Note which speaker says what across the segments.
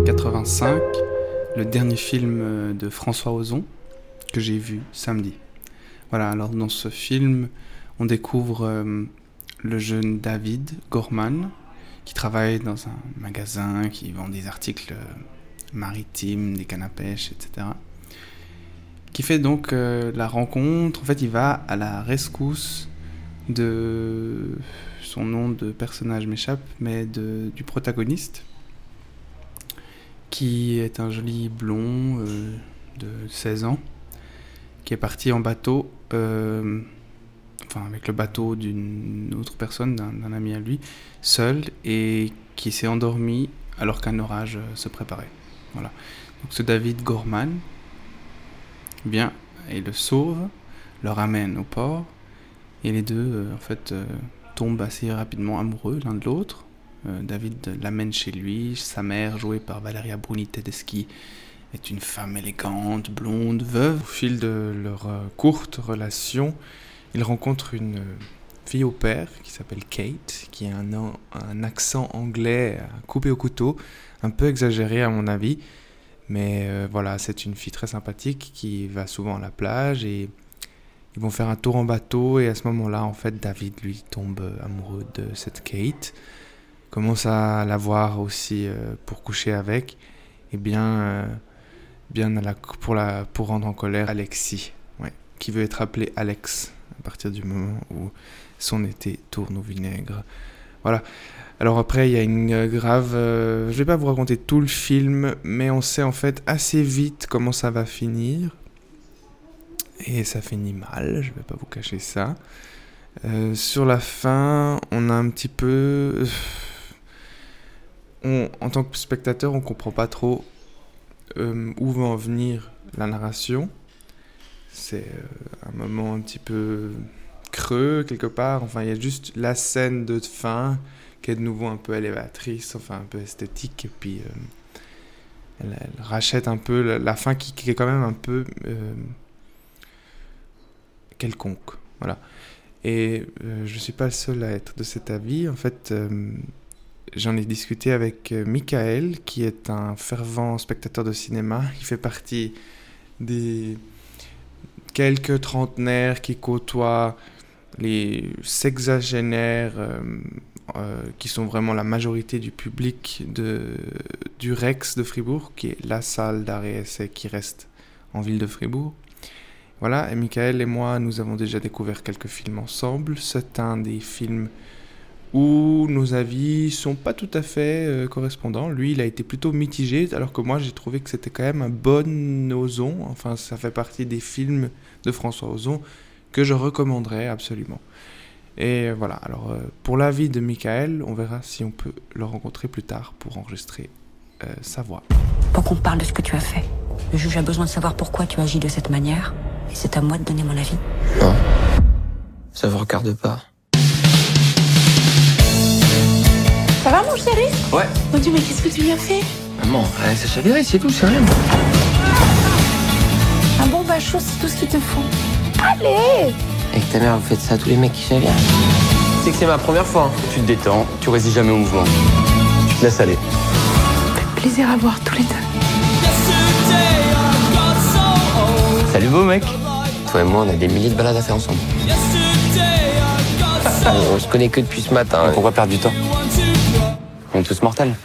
Speaker 1: 1985, le dernier film de François Ozon que j'ai vu samedi. Voilà, alors dans ce film, on découvre euh, le jeune David Gorman qui travaille dans un magasin qui vend des articles euh, maritimes, des cannes à pêche, etc. Qui fait donc euh, la rencontre. En fait, il va à la rescousse de son nom de personnage m'échappe, mais de, du protagoniste, qui est un joli blond euh, de 16 ans, qui est parti en bateau, euh, enfin avec le bateau d'une autre personne, d'un d'un ami à lui, seul, et qui s'est endormi alors qu'un orage euh, se préparait. Voilà. Donc ce David Gorman vient et le sauve, le ramène au port, et les deux, euh, en fait, euh, tombent assez rapidement amoureux l'un de l'autre. Euh, David l'amène chez lui. Sa mère, jouée par Valeria Bruni Tedeschi, est une femme élégante, blonde, veuve.
Speaker 2: Au fil de leur euh, courte relation, ils rencontrent une euh, fille au père qui s'appelle Kate, qui a un, an- un accent anglais à couper au couteau, un peu exagéré à mon avis. Mais euh, voilà, c'est une fille très sympathique qui va souvent à la plage et ils vont faire un tour en bateau et à ce moment-là, en fait, David lui tombe euh, amoureux de cette Kate, commence à la voir aussi euh, pour coucher avec et bien, euh, bien à la, pour, la, pour rendre en colère Alexis, ouais, qui veut être appelé Alex à partir du moment où son été tourne au vinaigre. Voilà. Alors après, il y a une euh, grave... euh, je vais pas vous raconter tout le film, mais on sait en fait assez vite comment ça va finir. Et ça finit mal, je vais pas vous cacher ça. Euh, sur la fin, on a un petit peu... euh, On- en tant que spectateur, on comprend pas trop euh, où va en venir la narration. C'est euh, un moment un petit peu creux quelque part. Enfin, il y a juste la scène de fin qui est de nouveau un peu élévatrice, enfin un peu esthétique. Et puis, euh, elle, elle rachète un peu la, la fin qui, qui est quand même un peu euh, quelconque. Voilà. Et euh, je ne suis pas le seul à être de cet avis. En fait, euh, J'en ai discuté avec euh, Michael, qui est un fervent spectateur de cinéma. Il fait partie des quelques trentenaires qui côtoient les sexagénaires, euh, euh, qui sont vraiment la majorité du public de, du Rex de Fribourg, qui est la salle d'arrêt essai qui reste en ville de Fribourg. Voilà, et Michael et moi, nous avons déjà découvert quelques films ensemble. C'est un des films où nos avis sont pas tout à fait euh, correspondants. Lui, il a été plutôt mitigé, alors que moi, j'ai trouvé que c'était quand même un bon Ozon. Enfin, ça fait partie des films de François Ozon que je recommanderais absolument. Et euh, voilà, alors euh, pour l'avis de Michael, on verra si on peut le rencontrer plus tard pour enregistrer euh, sa voix.
Speaker 3: pour qu'on parle de ce que tu as fait. Le juge a besoin de savoir pourquoi tu agis de cette manière, et c'est à moi de donner mon avis.
Speaker 4: Non. Ça vous regarde pas.
Speaker 5: Ça va mon chéri
Speaker 4: Ouais.
Speaker 5: Mon dieu, mais qu'est-ce que tu lui as fait
Speaker 4: Maman, euh, ça chavirait, c'est tout, c'est rien.
Speaker 5: Un bon bachot, c'est tout ce qu'il te faut.
Speaker 4: Avec ta mère, vous faites ça à tous les mecs qui chavirent. C'est que c'est ma première fois. hein.
Speaker 6: Tu te détends, tu résistes jamais au mouvement. Tu te laisses aller.
Speaker 5: Plaisir à voir tous les deux.
Speaker 6: Salut beau mec
Speaker 4: Toi et moi, on a des milliers de balades à faire ensemble. on se connaît que depuis ce matin.
Speaker 6: Pourquoi perdre du temps On est tous mortels.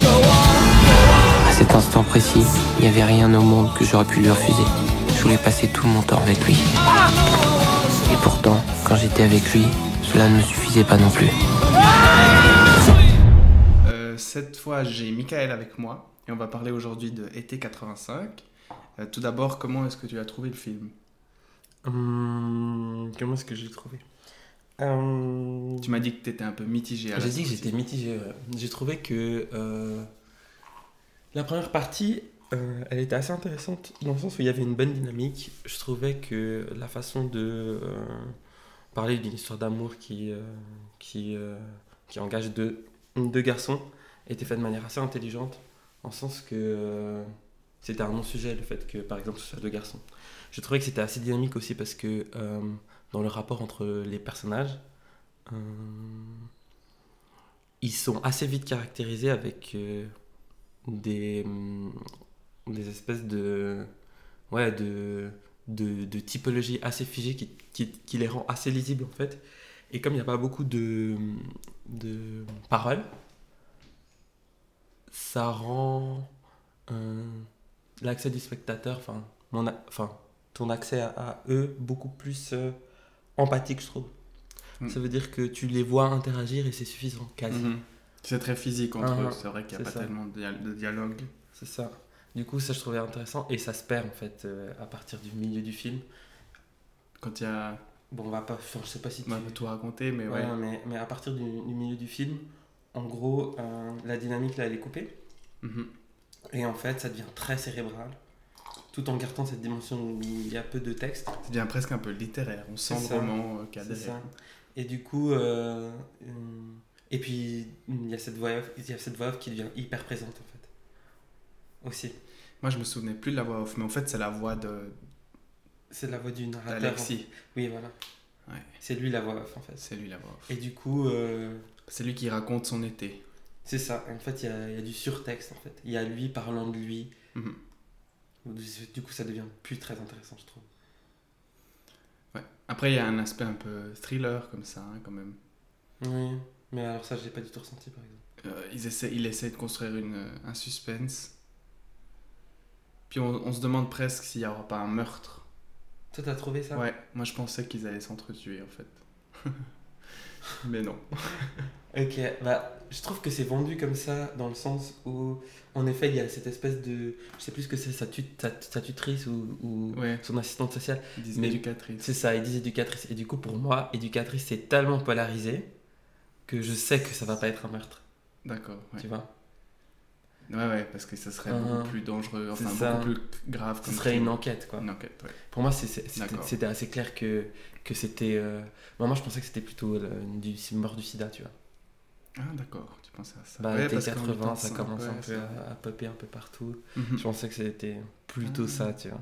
Speaker 4: À cet instant précis, il n'y avait rien au monde que j'aurais pu lui refuser. Je voulais passer tout mon temps avec lui. Et pourtant, quand j'étais avec lui, cela ne me suffisait pas non plus.
Speaker 1: Euh, cette fois, j'ai Michael avec moi et on va parler aujourd'hui de Été 85. Euh, tout d'abord, comment est-ce que tu as trouvé le film
Speaker 7: Hum, comment est-ce que j'ai trouvé Hum,
Speaker 1: Tu m'as dit que tu étais un peu mitigé. à la
Speaker 7: J'ai dit que
Speaker 1: sortie.
Speaker 7: j'étais mitigé. ouais. J'ai trouvé que euh, la première partie, euh, elle était assez intéressante dans le sens où il y avait une bonne dynamique. Je trouvais que la façon de euh, parler d'une histoire d'amour qui, euh, qui, euh, qui engage deux, deux garçons était faite de manière assez intelligente, en le sens que euh, c'était un non-sujet le fait que, par exemple, ce soit deux garçons. Je trouvais que c'était assez dynamique aussi parce que euh, dans le rapport entre les personnages, euh, ils sont assez vite caractérisés avec euh, des, hum, des espèces de, ouais, de, de, de typologie assez figée qui, qui, qui les rend assez lisibles en fait. Et comme il n'y a pas beaucoup de, de paroles, ça rend euh, l'accès du spectateur, enfin, mon a- enfin, ton accès à, à eux beaucoup plus euh, empathique, je trouve.
Speaker 2: Mm.
Speaker 7: Ça veut dire que tu les vois interagir et c'est suffisant, quasi.
Speaker 2: Mhm. C'est très physique entre
Speaker 7: Ah,
Speaker 2: eux, c'est vrai qu'il n'y a
Speaker 7: c'est
Speaker 2: pas
Speaker 7: ça.
Speaker 2: tellement de, dia- de dialogue.
Speaker 7: C'est ça. Du coup, ça je trouvais intéressant et ça se perd en fait euh, à partir du milieu du film.
Speaker 2: Quand il y a.
Speaker 7: Bon, on va pas. enfin, je sais pas si tu.
Speaker 2: On va tout raconter, mais
Speaker 7: Ouais,
Speaker 2: ouais.
Speaker 7: mais, mais à partir du, du milieu du film, en gros, euh, la dynamique là elle est coupée.
Speaker 2: Mhm.
Speaker 7: Et en fait, ça devient très cérébral, tout en gardant cette dimension où il y a peu de texte.
Speaker 2: Ça devient presque un peu littéraire. On sent
Speaker 7: C'est ça.
Speaker 2: le roman euh, qu'il y a
Speaker 7: C'est
Speaker 2: derrière.
Speaker 7: ça. Et du coup, euh, euh, et puis il y a cette voix, off- il y a cette voix off qui devient hyper présente en fait. Aussi,
Speaker 2: Moi, je me souvenais plus de la voix off, mais en fait, c'est la voix de
Speaker 7: c'est la voix du narrateur.
Speaker 2: d'Alexis.
Speaker 7: Oui, voilà.
Speaker 2: Ouais.
Speaker 7: C'est lui la voix off en fait.
Speaker 2: C'est lui la voix off.
Speaker 7: Et du coup, euh,
Speaker 2: C'est lui qui raconte son été.
Speaker 7: c'est ça. En fait, il y a, il y a du surtexte en fait. Il y a lui parlant de lui.
Speaker 2: Mhm.
Speaker 7: Du coup, ça devient plus très intéressant, je trouve.
Speaker 2: Ouais. Après, il y a un aspect un peu thriller comme ça, hein, quand même.
Speaker 7: Oui, mais alors ça, je l'ai pas du tout ressenti par exemple.
Speaker 2: Euh, ils essaient, il essaie de construire une, euh, un suspense. Puis on, on se demande presque s'il n'y aura pas un meurtre.
Speaker 7: Toi, t'as trouvé ça
Speaker 2: Ouais, moi je pensais qu'ils allaient s'entretuer en fait. mais non.
Speaker 7: Ok, bah, je trouve que c'est vendu comme ça, dans le sens où, en effet, il y a cette espèce de. Je sais plus ce que c'est, sa, tut- sa- sa tutrice ou, ou
Speaker 2: Ouais,
Speaker 7: son assistante sociale.
Speaker 2: ils disent
Speaker 7: Mais-
Speaker 2: éducatrice.
Speaker 7: C'est ça, ils disent éducatrice. Et du coup, pour moi, éducatrice, c'est tellement polarisé que je sais que ça va pas être un meurtre,
Speaker 2: D'accord, ouais.
Speaker 7: tu vois.
Speaker 2: Ouais, ouais, parce que ça serait
Speaker 7: Ah,
Speaker 2: beaucoup plus dangereux,
Speaker 7: c'est
Speaker 2: enfin
Speaker 7: ça.
Speaker 2: beaucoup plus grave
Speaker 7: Ce
Speaker 2: comme
Speaker 7: serait
Speaker 2: crime.
Speaker 7: une enquête, quoi.
Speaker 2: Une enquête, ouais.
Speaker 7: Pour moi, c'est- c'est- c'était
Speaker 2: D'accord.
Speaker 7: c'était assez clair que, que c'était. euh, Moi, moi, je pensais que c'était plutôt le- du mort du sida, tu vois.
Speaker 2: Ah, d'accord, tu pensais à ça.
Speaker 7: Bah,
Speaker 2: ouais,
Speaker 7: les années
Speaker 2: parce qu'en
Speaker 7: 80, ça
Speaker 2: 85,
Speaker 7: commence
Speaker 2: ouais,
Speaker 7: un peu
Speaker 2: ça-
Speaker 7: à, à popper un peu partout.
Speaker 2: Mhm.
Speaker 7: Je pensais que c'était plutôt
Speaker 2: Ah.
Speaker 7: ça, tu vois.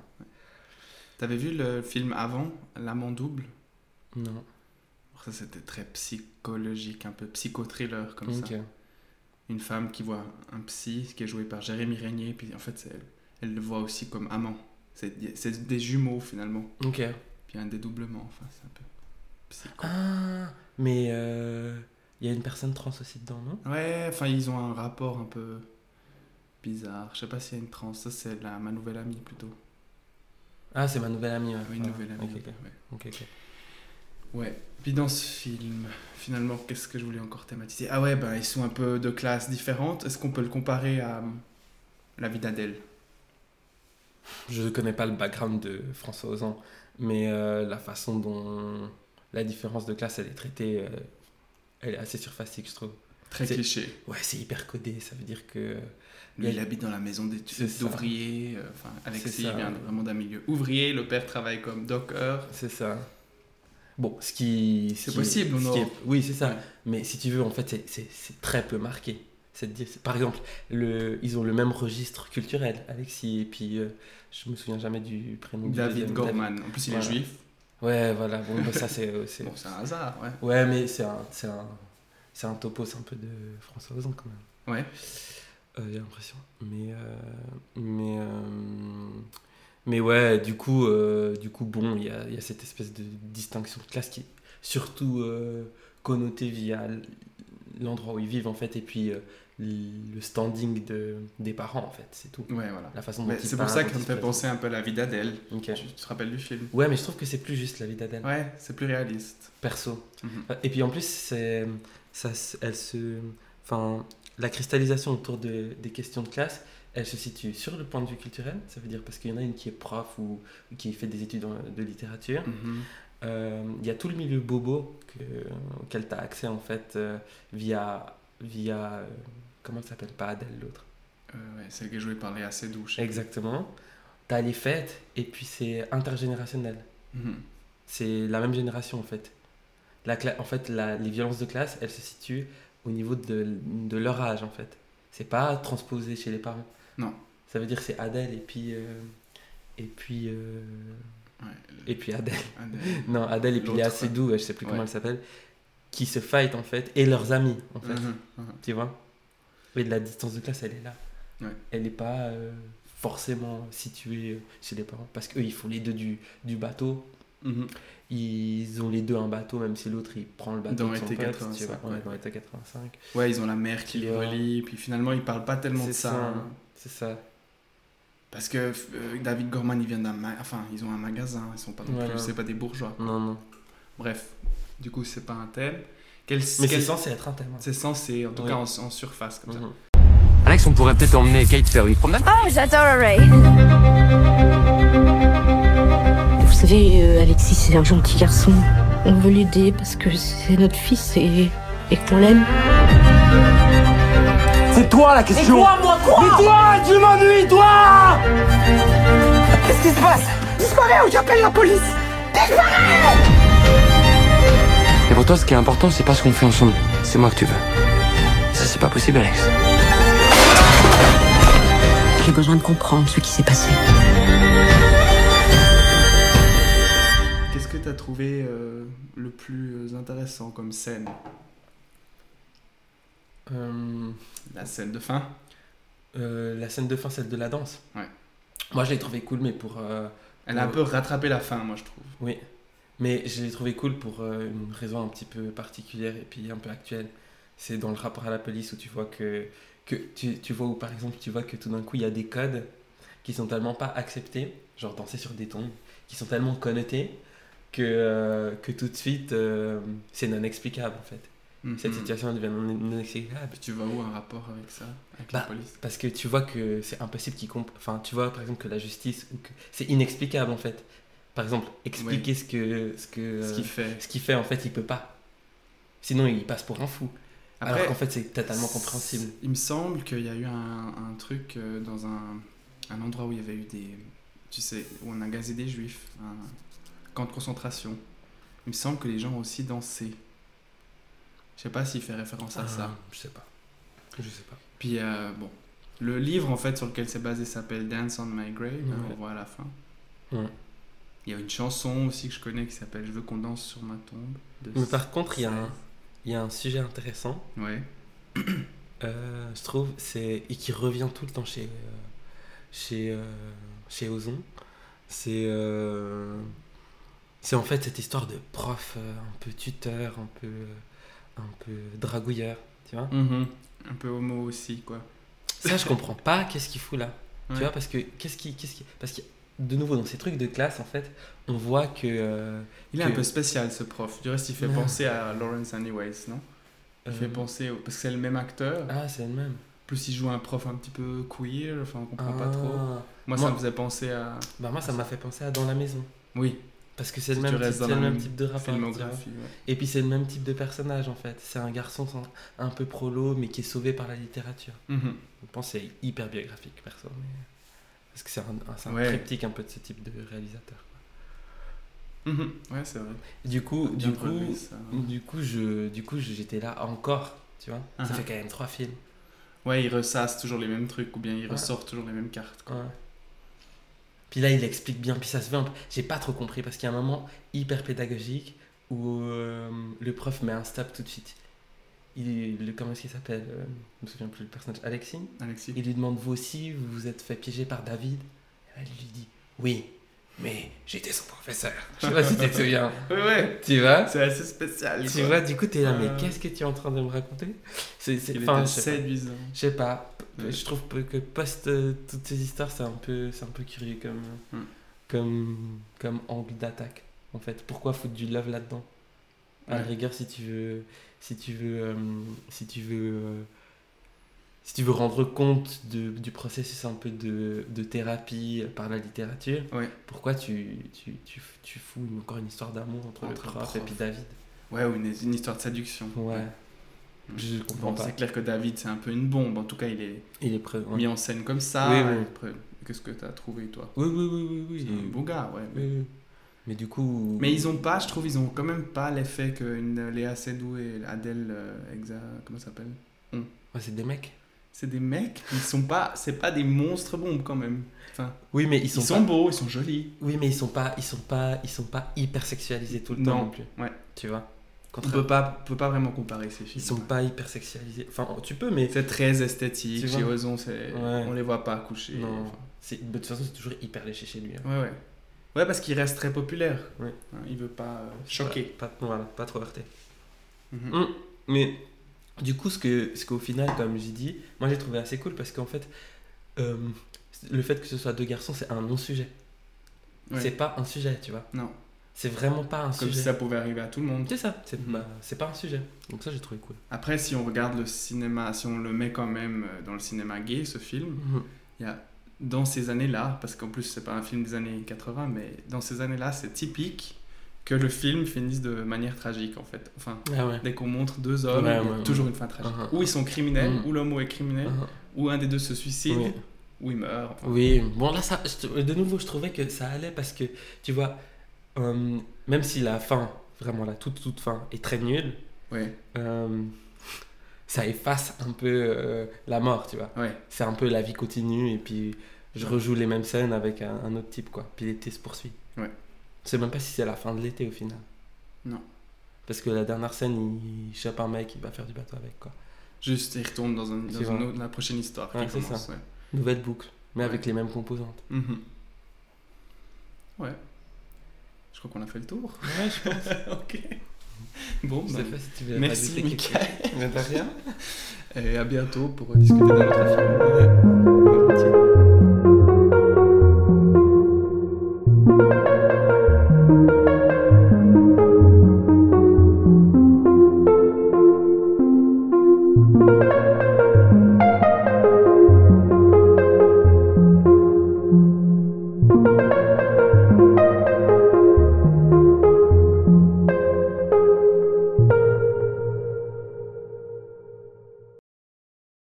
Speaker 2: T'avais vu le film avant, L'amant double
Speaker 7: Non.
Speaker 2: Alors Ça, c'était très psychologique, un peu psychothriller comme ça.
Speaker 7: Ok.
Speaker 2: Une femme qui voit un psy qui est joué par Jérémy Régnier, puis en fait, c'est- elle, elle le voit aussi comme amant. C'est c'est des jumeaux finalement,
Speaker 7: Ok.
Speaker 2: puis un dédoublement, enfin, c'est un peu psycho.
Speaker 7: Ah, mais il y a une personne trans aussi dedans, non
Speaker 2: Ouais, enfin, ils ont un rapport un peu bizarre. Je sais pas s'il y a une transe, ça, c'est la, ma nouvelle amie plutôt.
Speaker 7: Ah, c'est ma nouvelle amie. ouais.
Speaker 2: Ah, Une
Speaker 7: Ah,
Speaker 2: nouvelle amie.
Speaker 7: ok, ok.
Speaker 2: ouais.
Speaker 7: Ok, ok.
Speaker 2: Ouais. Puis dans ce film, finalement, qu'est-ce que je voulais encore thématiser Ah ouais, ben ils sont un peu de classes différentes. Est-ce qu'on peut le comparer à hum, La vie d'Adèle
Speaker 7: Je connais pas le background de François Ozan, mais euh, la façon dont la différence de classe elle est traitée, euh, elle est assez surfacique, je trouve.
Speaker 2: Très
Speaker 7: C'est-
Speaker 2: cliché.
Speaker 7: Ouais, c'est hyper codé, ça veut dire que.
Speaker 2: Lui,
Speaker 7: Il-
Speaker 2: il habite dans la maison d'études
Speaker 7: C'est ça.
Speaker 2: d'ouvriers. euh, Enfin, Alexis
Speaker 7: C'est ça.
Speaker 2: vient vraiment d'un milieu ouvrier. Le père travaille comme docker.
Speaker 7: C'est ça. Bon, ce qui. ce
Speaker 2: C'est
Speaker 7: qui-
Speaker 2: possible,
Speaker 7: ce
Speaker 2: on
Speaker 7: qui
Speaker 2: en-
Speaker 7: est- Oui, c'est ça.
Speaker 2: Ouais.
Speaker 7: Mais si tu veux, en fait, c'est- c'est c'est très peu marqué. Cette... di- Par exemple, le... ils ont le même registre culturel, Alexis, et puis euh, je me souviens jamais du prénom du
Speaker 2: David
Speaker 7: deuxième,
Speaker 2: Gorman. En plus, il est
Speaker 7: Voilà.
Speaker 2: juif.
Speaker 7: Ouais, voilà, bon, bah, ça c'est. euh, c'est-
Speaker 2: Bon, c'est un hasard, ouais.
Speaker 7: Ouais, mais c'est un, c'est un, c'est un topos un peu de François Ozon quand même.
Speaker 2: Ouais.
Speaker 7: Euh, J'ai l'impression. Mais, euh, mais, euh, mais ouais, du coup, euh, du coup bon, il y a, il y a cette espèce de distinction de classe qui est surtout euh, connotée via l- l'endroit où ils vivent en fait, et puis euh, l- le standing de, des parents en fait, c'est tout.
Speaker 2: Ouais, voilà.
Speaker 7: La façon dont
Speaker 2: Mais
Speaker 7: ils
Speaker 2: C'est pour
Speaker 7: parlent,
Speaker 2: ça que
Speaker 7: dont
Speaker 2: ça me
Speaker 7: ils se
Speaker 2: fait
Speaker 7: présentent.
Speaker 2: penser un peu à La vie d'Adèle.
Speaker 7: Ok.
Speaker 2: Tu tu te rappelles du film
Speaker 7: Ouais, mais je trouve que c'est plus juste la vie d'Adèle.
Speaker 2: Ouais, c'est plus réaliste.
Speaker 7: perso. Euh,
Speaker 2: Mhm.
Speaker 7: Et puis en plus, c'est, ça, se- elle se, enfin, la cristallisation autour de, des questions de classe, elle se situe sur le point de vue culturel, ça veut dire parce qu'il y en a une qui est prof ou qui fait des études en- de littérature.
Speaker 2: Mhm.
Speaker 7: Euh, Il y a tout le milieu bobo que, auquel tu as accès en fait euh, via, via euh, comment ça s'appelle pas Adèle l'autre.
Speaker 2: Euh, ouais, celle qui est jouée par Léa Seydoux. je sais.
Speaker 7: Exactement. Tu as les fêtes et puis c'est intergénérationnel.
Speaker 2: Mhm.
Speaker 7: C'est la même génération en fait. La cla- en fait, la- les violences de classe, elles se situent au niveau de, de leur âge en fait. C'est pas transposé chez les parents.
Speaker 2: Non.
Speaker 7: Ça veut dire que c'est Adèle et puis euh, et puis euh,
Speaker 2: Ouais,
Speaker 7: et puis Adèle.
Speaker 2: Adèle.
Speaker 7: Non, Adèle et puis Léa
Speaker 2: L'autre,
Speaker 7: Seydoux, ouais, euh, je sais plus comment
Speaker 2: Ouais.
Speaker 7: elle s'appelle, qui se fight en fait et leurs amis en fait,
Speaker 2: Mhm, mhm.
Speaker 7: tu vois. Et la distance de classe, elle est là.
Speaker 1: Ouais.
Speaker 7: elle n'est pas euh, forcément située euh, chez les parents. Parce qu'eux, ils font les deux du, du bateau.
Speaker 2: Mhm.
Speaker 7: Ils ont les deux un bateau, même si l'autre, il prend le bateau
Speaker 1: Dans
Speaker 7: de son
Speaker 1: l'été
Speaker 7: pote,
Speaker 1: 85,
Speaker 7: tu vois.
Speaker 1: ouais.
Speaker 7: Ouais, dans l'été 85.
Speaker 1: Ouais, ils ont la mère qui les
Speaker 7: Ouais.
Speaker 1: relie, puis finalement ils parlent pas tellement de
Speaker 7: C'est
Speaker 1: ça.
Speaker 7: ça.
Speaker 1: hein.
Speaker 7: C'est ça.
Speaker 1: Parce que euh, David Gorman, ils viennent d'un. ma- Enfin, ils ont un magasin, ils sont pas non
Speaker 7: Ouais,
Speaker 1: plus,
Speaker 7: ouais.
Speaker 1: c'est pas des bourgeois.
Speaker 7: Non, non.
Speaker 1: Bref, du coup, c'est pas un thème. Quel,
Speaker 7: Mais c'est
Speaker 1: quel-
Speaker 7: censé être un thème. hein.
Speaker 1: C'est censé, en tout
Speaker 7: Oui.
Speaker 1: cas en, en surface, comme ça.
Speaker 7: Mhm.
Speaker 4: Alex, on pourrait peut-être emmener Kate faire une promenade.
Speaker 3: Vous savez, euh, Alexis, c'est un gentil garçon. On veut l'aider parce que c'est notre fils et, et qu'on l'aime.
Speaker 8: C'est toi la question Et toi, moi, quoi Mais toi, tu m'ennuies, toi Qu'est-ce qui se passe Disparais ou j'appelle la police
Speaker 4: Et pour toi, ce qui est important, c'est pas ce qu'on fait ensemble. C'est moi que tu veux. Ça, c'est pas possible, Alex.
Speaker 3: J'ai besoin de comprendre ce qui s'est passé.
Speaker 1: Qu'est-ce que t'as trouvé euh, le
Speaker 2: euh,
Speaker 1: plus intéressant comme scène
Speaker 7: Euh,
Speaker 1: La scène de fin
Speaker 7: euh, la scène de fin, celle de la danse.
Speaker 1: Ouais.
Speaker 7: Moi, je l'ai trouvé cool, mais pour. euh,
Speaker 1: Elle a un
Speaker 7: Ouais.
Speaker 1: peu rattrapé la fin, moi je trouve.
Speaker 7: Oui, mais je l'ai trouvé cool pour euh, une raison un petit peu particulière et puis un peu actuelle. C'est dans le rapport à la police où tu vois que, que tu, tu vois où par exemple tu vois que tout d'un coup il y a des codes qui sont tellement pas acceptés, genre danser sur des tombes, qui sont tellement connotés que, euh, que tout de suite euh, c'est non explicable en fait. Cette
Speaker 1: Mhm.
Speaker 7: situation devient non, non explicable.
Speaker 1: Puis tu vois où un rapport avec ça Avec la
Speaker 7: Bah.
Speaker 1: police
Speaker 7: Parce que tu vois que c'est impossible qu'ils comprennent. Enfin, tu vois par exemple que la justice, ou que- c'est inexplicable en fait. Par exemple, expliquer ce que. Ce que
Speaker 1: Ce
Speaker 7: euh,
Speaker 1: qu'il fait.
Speaker 7: ce qu'il fait, en fait, il peut pas. Sinon, il passe pour un fou. Alors qu'en fait, c'est totalement compréhensible.
Speaker 1: Il me semble qu'il y a eu un, un truc euh, dans un, un endroit où il y avait eu des. Tu sais, où on a gazé des juifs, un camp de concentration. Il me semble que les gens ont aussi dansé. Je sais pas s'il fait référence à ça.
Speaker 7: Je sais pas. Je sais pas.
Speaker 1: Puis, euh, bon. Le livre, en fait, sur lequel c'est basé s'appelle Dance on My Grave, hein,
Speaker 7: Ouais.
Speaker 1: on voit à la fin.
Speaker 7: Ouais.
Speaker 1: Il y a une chanson aussi que je connais qui s'appelle Je veux qu'on danse sur ma tombe. de-
Speaker 7: Mais par contre, il y, a un- il y a un sujet intéressant,
Speaker 1: Ouais.
Speaker 7: euh, je trouve, c'est et qui revient tout le temps chez, euh, chez, euh, chez Ozon. C'est euh, c'est en fait cette histoire de prof, euh, un peu tuteur, un peu, un peu dragouilleur. Tu vois
Speaker 1: Mhm. Un peu homo aussi, quoi.
Speaker 7: Ça, je comprends pas qu'est-ce qu'il fout là.
Speaker 1: Ouais.
Speaker 7: Tu vois, parce que qu'est-ce qui, qu'est-ce qui, parce que de nouveau dans ces trucs de classe, en fait, on voit que euh,
Speaker 1: Il est un
Speaker 7: que-
Speaker 1: peu spécial ce prof. Du reste, il fait
Speaker 7: Ouais.
Speaker 1: penser à Lawrence Anyways, non Il
Speaker 7: euh,
Speaker 1: fait penser au- parce que c'est le même acteur.
Speaker 7: ah c'est le même.
Speaker 1: Plus il joue un prof un petit peu queer, enfin on comprend pas
Speaker 7: Ah.
Speaker 1: trop. Moi, ça
Speaker 7: Moi-
Speaker 1: me faisait penser à
Speaker 7: Bah moi ça m'a fait penser à dans la maison,
Speaker 1: oui,
Speaker 7: parce que c'est le
Speaker 1: Si tu
Speaker 7: même, type,
Speaker 1: restes dans
Speaker 7: c'est le
Speaker 1: la
Speaker 7: même
Speaker 1: même
Speaker 7: type de rapport. tu vois.
Speaker 1: filmographie. ouais.
Speaker 7: Et puis c'est le même type de personnage en fait. C'est un garçon sans- un peu prolo, mais qui est sauvé par la littérature.
Speaker 1: Mhm.
Speaker 7: Je pense que c'est hyper biographique perso, mais parce que c'est un, un- c'est un
Speaker 1: Ouais.
Speaker 7: triptyque un peu de ce type de réalisateur. quoi.
Speaker 1: Mhm. Ouais, c'est vrai.
Speaker 7: Du coup,
Speaker 1: Bien
Speaker 7: du coup,
Speaker 1: relevé, ça.
Speaker 7: du coup je, du coup j'étais là encore, tu vois. Ça
Speaker 1: Uh-huh.
Speaker 7: fait quand même trois films.
Speaker 1: Ouais, il ressasse toujours les mêmes trucs ou bien il
Speaker 7: Ouais.
Speaker 1: ressort toujours les mêmes cartes. Quoi.
Speaker 7: Ouais. Puis là, il explique bien, puis ça se fait. un peu- J'ai pas trop compris parce qu'il y a un moment hyper pédagogique où euh, le prof met un stop tout de suite. Il, le, comment est-ce qu'il s'appelle euh, Je me souviens plus le personnage. Alexis
Speaker 1: Alexis.
Speaker 7: Il lui demande Vous aussi, vous vous êtes fait piéger par David Et là, il lui dit Oui, mais j'étais son professeur. Je sais pas si tu te souviens.
Speaker 1: Ouais, ouais.
Speaker 7: Tu vois
Speaker 1: C'est assez spécial.
Speaker 7: Tu
Speaker 1: quoi.
Speaker 7: vois, du coup, t'es là, mais
Speaker 1: Euh.
Speaker 7: qu'est-ce que tu es en train de me raconter C'est c'est-
Speaker 1: il
Speaker 7: enfin,
Speaker 1: était
Speaker 7: je sais pas.
Speaker 1: séduisant.
Speaker 7: Je sais pas. P-
Speaker 1: Ouais.
Speaker 7: Je trouve peu- que post euh, toutes ces histoires, c'est un peu, c'est un peu curieux comme,
Speaker 1: Hmm.
Speaker 7: comme, comme angle d'attaque. En fait, pourquoi foutre du love là-dedans À la
Speaker 1: Ouais.
Speaker 7: rigueur, si tu veux, si tu veux, euh, si tu veux, euh, si tu veux rendre compte de- du processus un peu de, de thérapie par la littérature,
Speaker 1: Ouais.
Speaker 7: pourquoi tu, tu, tu, f- tu fous une- encore une histoire d'amour entre,
Speaker 1: Entre
Speaker 7: le
Speaker 1: le
Speaker 7: prof, et
Speaker 1: prof.
Speaker 7: puis David
Speaker 1: Ouais, ou une, une histoire de séduction.
Speaker 7: Ouais.
Speaker 1: Ouais. Mm.
Speaker 7: Je comprends
Speaker 1: Bon,
Speaker 7: pas.
Speaker 1: c'est clair que David, c'est un peu une bombe. En tout cas, il est
Speaker 7: Il est présent.
Speaker 1: mis en scène comme ça.
Speaker 7: Oui, oui.
Speaker 1: Après, Qu'est-ce que t'as trouvé, toi
Speaker 7: Oui, oui, oui, oui, oui.
Speaker 1: C'est un beau gars, ouais.
Speaker 7: Oui, oui. Mais du coup.
Speaker 1: Mais ils ont pas, je trouve, ils ont quand même pas l'effet que une Léa Seydoux et Adèle euh, Exa, comment ça s'appelle
Speaker 7: Ouais, c'est des mecs.
Speaker 1: C'est des mecs, ils sont pas, c'est pas des monstres bombes quand même.
Speaker 7: Oui, mais ils
Speaker 1: Ils
Speaker 7: sont.
Speaker 1: sont,
Speaker 7: pas...
Speaker 1: beaux, ils sont jolis.
Speaker 7: Oui, mais ils sont pas, ils sont pas, ils sont pas hyper sexualisés tout le temps
Speaker 1: Non.
Speaker 7: non plus.
Speaker 1: Ouais.
Speaker 7: Tu vois.
Speaker 1: On peut pas, peut pas vraiment comparer ces
Speaker 7: Ils
Speaker 1: films.
Speaker 7: sont pas hyper sexualisés. Enfin, oh, tu peux, mais
Speaker 1: C'est très esthétique,
Speaker 7: Tu vois.
Speaker 1: chez Ozon, c'est-
Speaker 7: Ouais.
Speaker 1: on les voit pas coucher.
Speaker 7: Non. c'est- de toute façon, c'est toujours hyper léché chez lui. hein.
Speaker 1: Ouais, ouais. Ouais, parce qu'il reste très populaire.
Speaker 7: Ouais.
Speaker 1: Hein, Il veut pas euh, choquer.
Speaker 7: Pas, pas- voilà, pas trop heurté.
Speaker 1: Mhm.
Speaker 7: Mm. Mais du coup, ce que, ce qu'au final, comme j'ai dit, moi j'ai trouvé assez cool parce qu'en fait, euh, le fait que ce soit deux garçons, c'est un non-sujet.
Speaker 1: Ouais.
Speaker 7: C'est pas un sujet, tu vois.
Speaker 1: Non.
Speaker 7: C'est vraiment pas un
Speaker 1: Comme si
Speaker 7: sujet.
Speaker 1: ça pouvait arriver à tout le monde.
Speaker 7: C'est ça, c'est
Speaker 1: Mhm.
Speaker 7: bah, c'est pas un sujet. Donc ça, j'ai trouvé cool.
Speaker 1: Après, si on regarde le cinéma, si on le met quand même euh, dans le cinéma gay, ce film,
Speaker 7: Mm,
Speaker 1: dans ces années-là, parce qu'en plus, c'est pas un film des années 80, mais dans ces années-là, c'est typique que le film finisse de manière tragique, en fait. Enfin,
Speaker 7: Ah ouais.
Speaker 1: dès qu'on montre deux hommes,
Speaker 7: Ouais,
Speaker 1: il y a
Speaker 7: ouais,
Speaker 1: toujours
Speaker 7: ouais.
Speaker 1: une fin tragique.
Speaker 7: Uh-huh.
Speaker 1: Ou ils sont criminels,
Speaker 7: Mhm.
Speaker 1: ou l'homme est criminel,
Speaker 7: Mhm.
Speaker 1: ou un des deux se suicide,
Speaker 7: Oui.
Speaker 1: ou il meurt. Enfin,
Speaker 7: Oui, bon là, ça, je- de nouveau, je trouvais que ça allait parce que, tu vois, euh, même si la fin, vraiment la toute toute fin, est très nulle,
Speaker 1: Ouais,
Speaker 7: euh, ça efface un peu euh, la mort, tu vois.
Speaker 1: ouais.
Speaker 7: C'est un peu la vie continue et puis je rejoue les mêmes scènes avec un, un autre type, quoi. Puis l'été se poursuit.
Speaker 1: Ouais.
Speaker 7: Je sais même pas si c'est la fin de l'été au final.
Speaker 1: Non.
Speaker 7: Parce que la dernière scène, il chope un mec, il va faire du bateau avec, quoi.
Speaker 1: Juste, il retourne dans, un, dans
Speaker 7: C'est
Speaker 1: une
Speaker 7: vrai.
Speaker 1: autre- la prochaine histoire
Speaker 7: Ouais,
Speaker 1: qui
Speaker 7: c'est
Speaker 1: commence. Ouais.
Speaker 7: Nouvelle boucle, mais avec les mêmes composantes.
Speaker 1: Mhm. Ouais. Je crois qu'on a fait le tour.
Speaker 7: Ouais, je pense.
Speaker 1: ok. Bon,
Speaker 7: Je
Speaker 1: bah,
Speaker 7: sais pas si tu veux
Speaker 1: merci
Speaker 7: rajouter quelque
Speaker 1: Mika.
Speaker 7: chose. Mais de rien.
Speaker 1: Et à bientôt pour discuter d'un autre film.